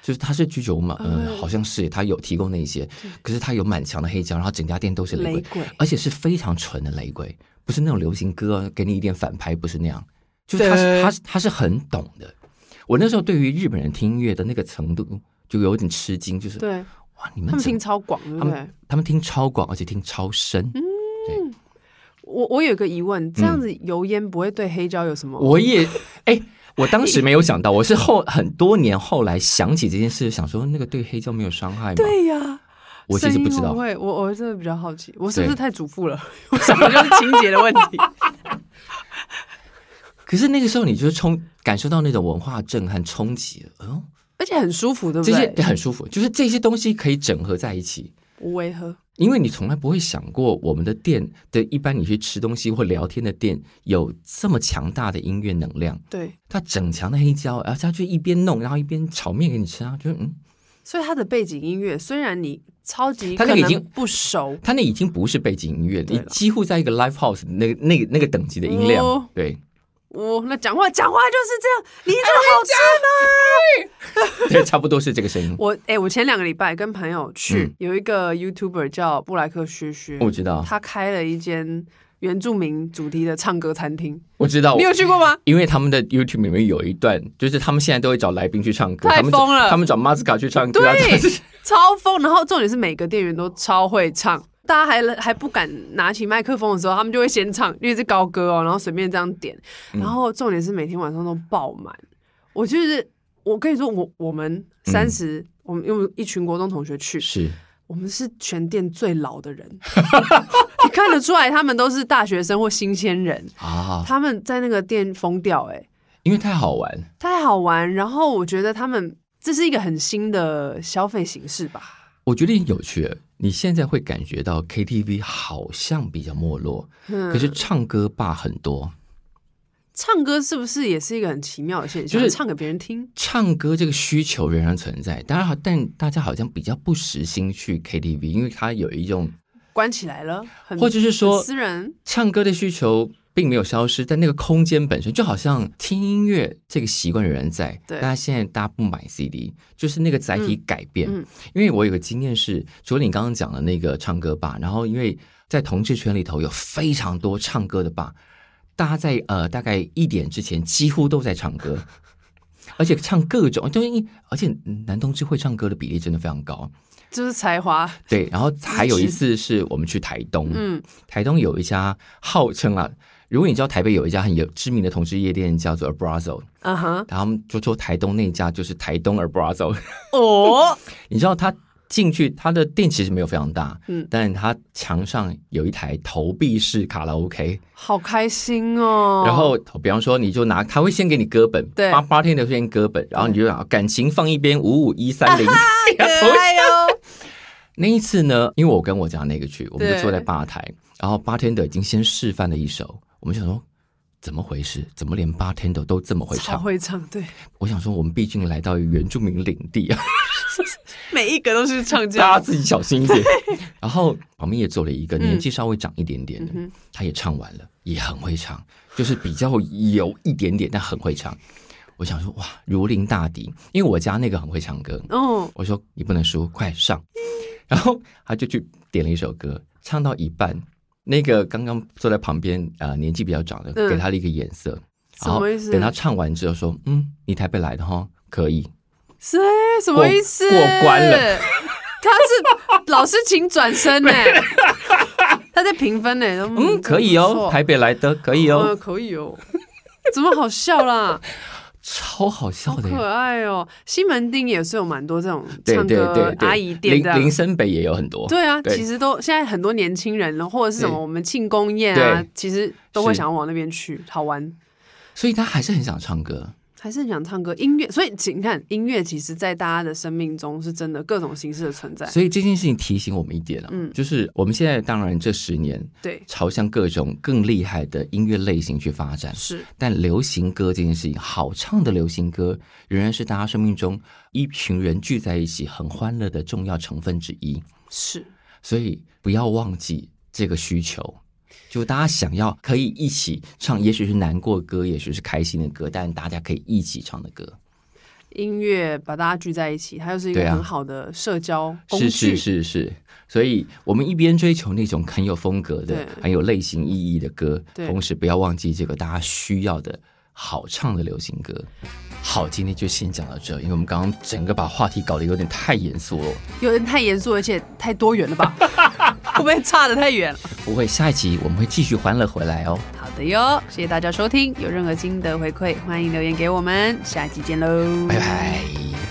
Speaker 1: 就是它是居酒屋嘛，嗯，
Speaker 2: 嗯
Speaker 1: 好像是它有提供那些，可是它有满墙的黑胶，然后整家店都是雷
Speaker 2: 雷
Speaker 1: 鬼，
Speaker 2: 鬼，
Speaker 1: 而且是非常纯的雷鬼，不是那种流行歌啊给你一点反拍，不是那样，就是他是
Speaker 2: 对
Speaker 1: 他是他是很懂的。我那时候对于日本人听音乐的那个程度就有点吃惊，就是
Speaker 2: 啊对
Speaker 1: 哇，你
Speaker 2: 他
Speaker 1: 们
Speaker 2: 们
Speaker 1: 怎
Speaker 2: 听
Speaker 1: 么
Speaker 2: 超广，对
Speaker 1: 他
Speaker 2: 不对
Speaker 1: 们？他们听超广，而且听超深。
Speaker 2: 我我有一个疑问，这样子油烟不会对黑胶有什么？
Speaker 1: 嗯我也哎。我当时没有想到，我是后很多年后来想起这件事，想说那个对黑胶没有伤害吗？
Speaker 2: 对呀，
Speaker 1: 我其实不知
Speaker 2: 声音会哦
Speaker 1: 道，
Speaker 2: 会，我我真的比较好奇，我是
Speaker 1: 对
Speaker 2: 不是太主妇了？ 我想的就是情节的问 题。
Speaker 1: 可是那个时候你就是冲感受到那种文化震撼冲击了，嗯、
Speaker 2: 而且很舒服，对不
Speaker 1: 这些
Speaker 2: 对？
Speaker 1: 很舒服，就是这些东西可以整合在一起。
Speaker 2: 无违和，
Speaker 1: 因为你从来不会想过，我们的店的一般你去吃东西或聊天的店有这么强大的音乐能量。
Speaker 2: 对，
Speaker 1: 它整墙的黑胶，然后他就一边弄，然后一边炒面给你吃啊，就是嗯，
Speaker 2: 所以它的背景音乐虽然你超级
Speaker 1: 它那
Speaker 2: 可
Speaker 1: 个已
Speaker 2: 能
Speaker 1: 经
Speaker 2: 不熟，
Speaker 1: 他那已经不是背景音乐了，
Speaker 2: 对
Speaker 1: 你
Speaker 2: 了
Speaker 1: 几乎在一个 live house 那个那个那个等级的音量，
Speaker 2: 哦
Speaker 1: 对
Speaker 2: 我那讲话讲话就是这样，你这么好吃吗？
Speaker 1: 对，差不多是这个声音。
Speaker 2: 我哎、我前两个礼拜跟朋友
Speaker 1: 嗯
Speaker 2: 去，
Speaker 1: 哦
Speaker 2: 有一个 YouTuber 叫布莱克薛薛，
Speaker 1: 我知道，
Speaker 2: 他开了一间原住民主题的唱歌餐厅，
Speaker 1: 我知道
Speaker 2: 你，有去过吗？
Speaker 1: 因为他们的 YouTube 里面有一段，就是他们现在都会找来宾去唱歌，
Speaker 2: 太
Speaker 1: 他们找
Speaker 2: 疯了
Speaker 1: 他们找 m a z k a 去唱歌，
Speaker 2: 对，超疯。然后重点是每个店员都超会唱，大家还还不敢拿起麦克风的时候，他们就会先唱，因为是高歌哦，然后随便这样点。
Speaker 1: 嗯
Speaker 2: 然后重点是每天晚上都爆满。我就是我跟你说，我我们三十、我们因为一群国中同学去，
Speaker 1: 嗯是
Speaker 2: 我们是全店最老的人， 你看得出来他们都是大学生或新鲜人，
Speaker 1: 啊，
Speaker 2: 他们在那个店疯掉哎、
Speaker 1: 因为太好玩，
Speaker 2: 太好玩。然后我觉得他们这是一个很新的消费形式吧。
Speaker 1: 我觉得有趣。你现在会感觉到 KTV 好像比较没落，
Speaker 2: 嗯
Speaker 1: 可是唱歌吧很多。
Speaker 2: 唱歌是不是也是一个很奇妙的现
Speaker 1: 就
Speaker 2: 象？
Speaker 1: 是
Speaker 2: 唱给别人听，
Speaker 1: 唱歌这个需求仍然存在，当然好，但大家好像比较不实心去 KTV，因为它有一种，
Speaker 2: 关起来了，很
Speaker 1: 或者是
Speaker 2: 很
Speaker 1: 说
Speaker 2: 私人，
Speaker 1: 唱歌的需求并没有消失，但那个空间本身就好像听音乐这个习惯的人在，
Speaker 2: 对
Speaker 1: 大家现在大家不买 CD，就是那个载体改变。
Speaker 2: 嗯嗯嗯
Speaker 1: 因为我有个经验是，除了你刚刚讲的那个唱歌吧，然后因为在同志圈里头有非常多唱歌的吧，大家在呃大概一点之前几乎都在唱歌。 而且唱各种，就是因而且男同志会唱歌的比例真的非常高，
Speaker 2: 就是才华，
Speaker 1: 对。然后还有一次是我们去台东，
Speaker 2: 嗯，
Speaker 1: 台东有一家号称啊，如果你知道台北有一家很有知名的同志夜店叫做 Abrazo，
Speaker 2: 啊哈，
Speaker 1: 他们就说台东那家就是台东 Abrazo，
Speaker 2: 哦，
Speaker 1: 你知道他进去他的店其实没有非常大，
Speaker 2: 嗯
Speaker 1: 但他墙上有一台投币式卡拉 OK，、
Speaker 2: 好开心哦。
Speaker 1: 然后比方说你就拿他会先给你歌本，
Speaker 2: 对
Speaker 1: 八八天的先歌本，然后你就拿感情放一边五五一三
Speaker 2: 啊
Speaker 1: 零。
Speaker 2: 太可爱哦，
Speaker 1: 那一次呢，因为我跟我家那个去，我们就
Speaker 2: 对
Speaker 1: 坐在吧台，然后 bartender 已经先示范了一首，我们想说怎么回事？怎么连 bartender 都这么会
Speaker 2: 超
Speaker 1: 唱？
Speaker 2: 会唱，对，
Speaker 1: 我想说，我们毕竟来到原住民领地啊，
Speaker 2: 每一个都是唱
Speaker 1: 大家
Speaker 2: 家。
Speaker 1: 自己小心一点。然后旁边也坐了一个年纪稍微长一点点的，
Speaker 2: 嗯
Speaker 1: 他也唱完了，也很会唱，就是比较有一点点，但很会唱。我想说，哇，如临大敌，因为我家那个很会唱歌，
Speaker 2: 哦，
Speaker 1: 我说你不能输，快上。 然后他就去点了一首歌，唱到一半，那个刚刚坐在旁边呃年纪比较长的，
Speaker 2: 嗯
Speaker 1: 给他了一个眼色，
Speaker 2: 什
Speaker 1: 然后
Speaker 2: 么意思？
Speaker 1: 等他唱完之后说，嗯，你台北来的哈，可以。
Speaker 2: 是什么意思？
Speaker 1: 过过关了，
Speaker 2: 他是老师请转身呢， 他在评分呢，
Speaker 1: 嗯，可以
Speaker 2: 真不
Speaker 1: 哦，
Speaker 2: 错
Speaker 1: 台北来的可以哦
Speaker 2: 嗯，，可以哦。怎么好笑 啦？
Speaker 1: 超好笑
Speaker 2: 好
Speaker 1: 的
Speaker 2: 可
Speaker 1: 耶。
Speaker 2: 爱哦！西门町也是有蛮多这种
Speaker 1: 对
Speaker 2: 唱
Speaker 1: 对
Speaker 2: 歌
Speaker 1: 对对，
Speaker 2: 阿姨店的
Speaker 1: 林，林森北也有很多，
Speaker 2: 对啊，
Speaker 1: 对
Speaker 2: 其实都现在很多年轻人或者是什么
Speaker 1: 对
Speaker 2: 我们庆功宴啊
Speaker 1: 对，
Speaker 2: 其实都会
Speaker 1: 是
Speaker 2: 想要往那边去，好玩，
Speaker 1: 所以他还是很想唱歌。
Speaker 2: 还是很想唱歌音乐。所以请看，音乐其实在大家的生命中是真的各种形式的存在。
Speaker 1: 所以这件事情提醒我们一点啊，
Speaker 2: 嗯
Speaker 1: 就是我们现在当然这十年
Speaker 2: 对，
Speaker 1: 朝向各种更厉害的音乐类型去发展，
Speaker 2: 是
Speaker 1: 但流行歌这件事情，好唱的流行歌仍然是大家生命中一群人聚在一起很欢乐的重要成分之一，
Speaker 2: 是，
Speaker 1: 所以不要忘记这个需求。就大家想要可以一起唱，也许是难过歌，也许是开心的歌，但大家可以一起唱的歌，
Speaker 2: 音乐把大家聚在一起，它又是一个
Speaker 1: 对啊
Speaker 2: 很好的社交工具。
Speaker 1: 是是是是。所以我们一边追求那种很有风格的
Speaker 2: 对、
Speaker 1: 很有类型意义的歌，
Speaker 2: 对
Speaker 1: 同时不要忘记这个大家需要的好唱的流行歌。好，今天就先讲到这，因为我们刚刚整个把话题搞得有点太严肃了。
Speaker 2: 有点太严肃，而且太多元 了吧？会不会差得太远了？
Speaker 1: 不会，下一集我们会继续欢乐回来哦。
Speaker 2: 好的哟，谢谢大家收听，有任何心得回馈，欢迎留言给我们，下期见喽，
Speaker 1: 拜拜。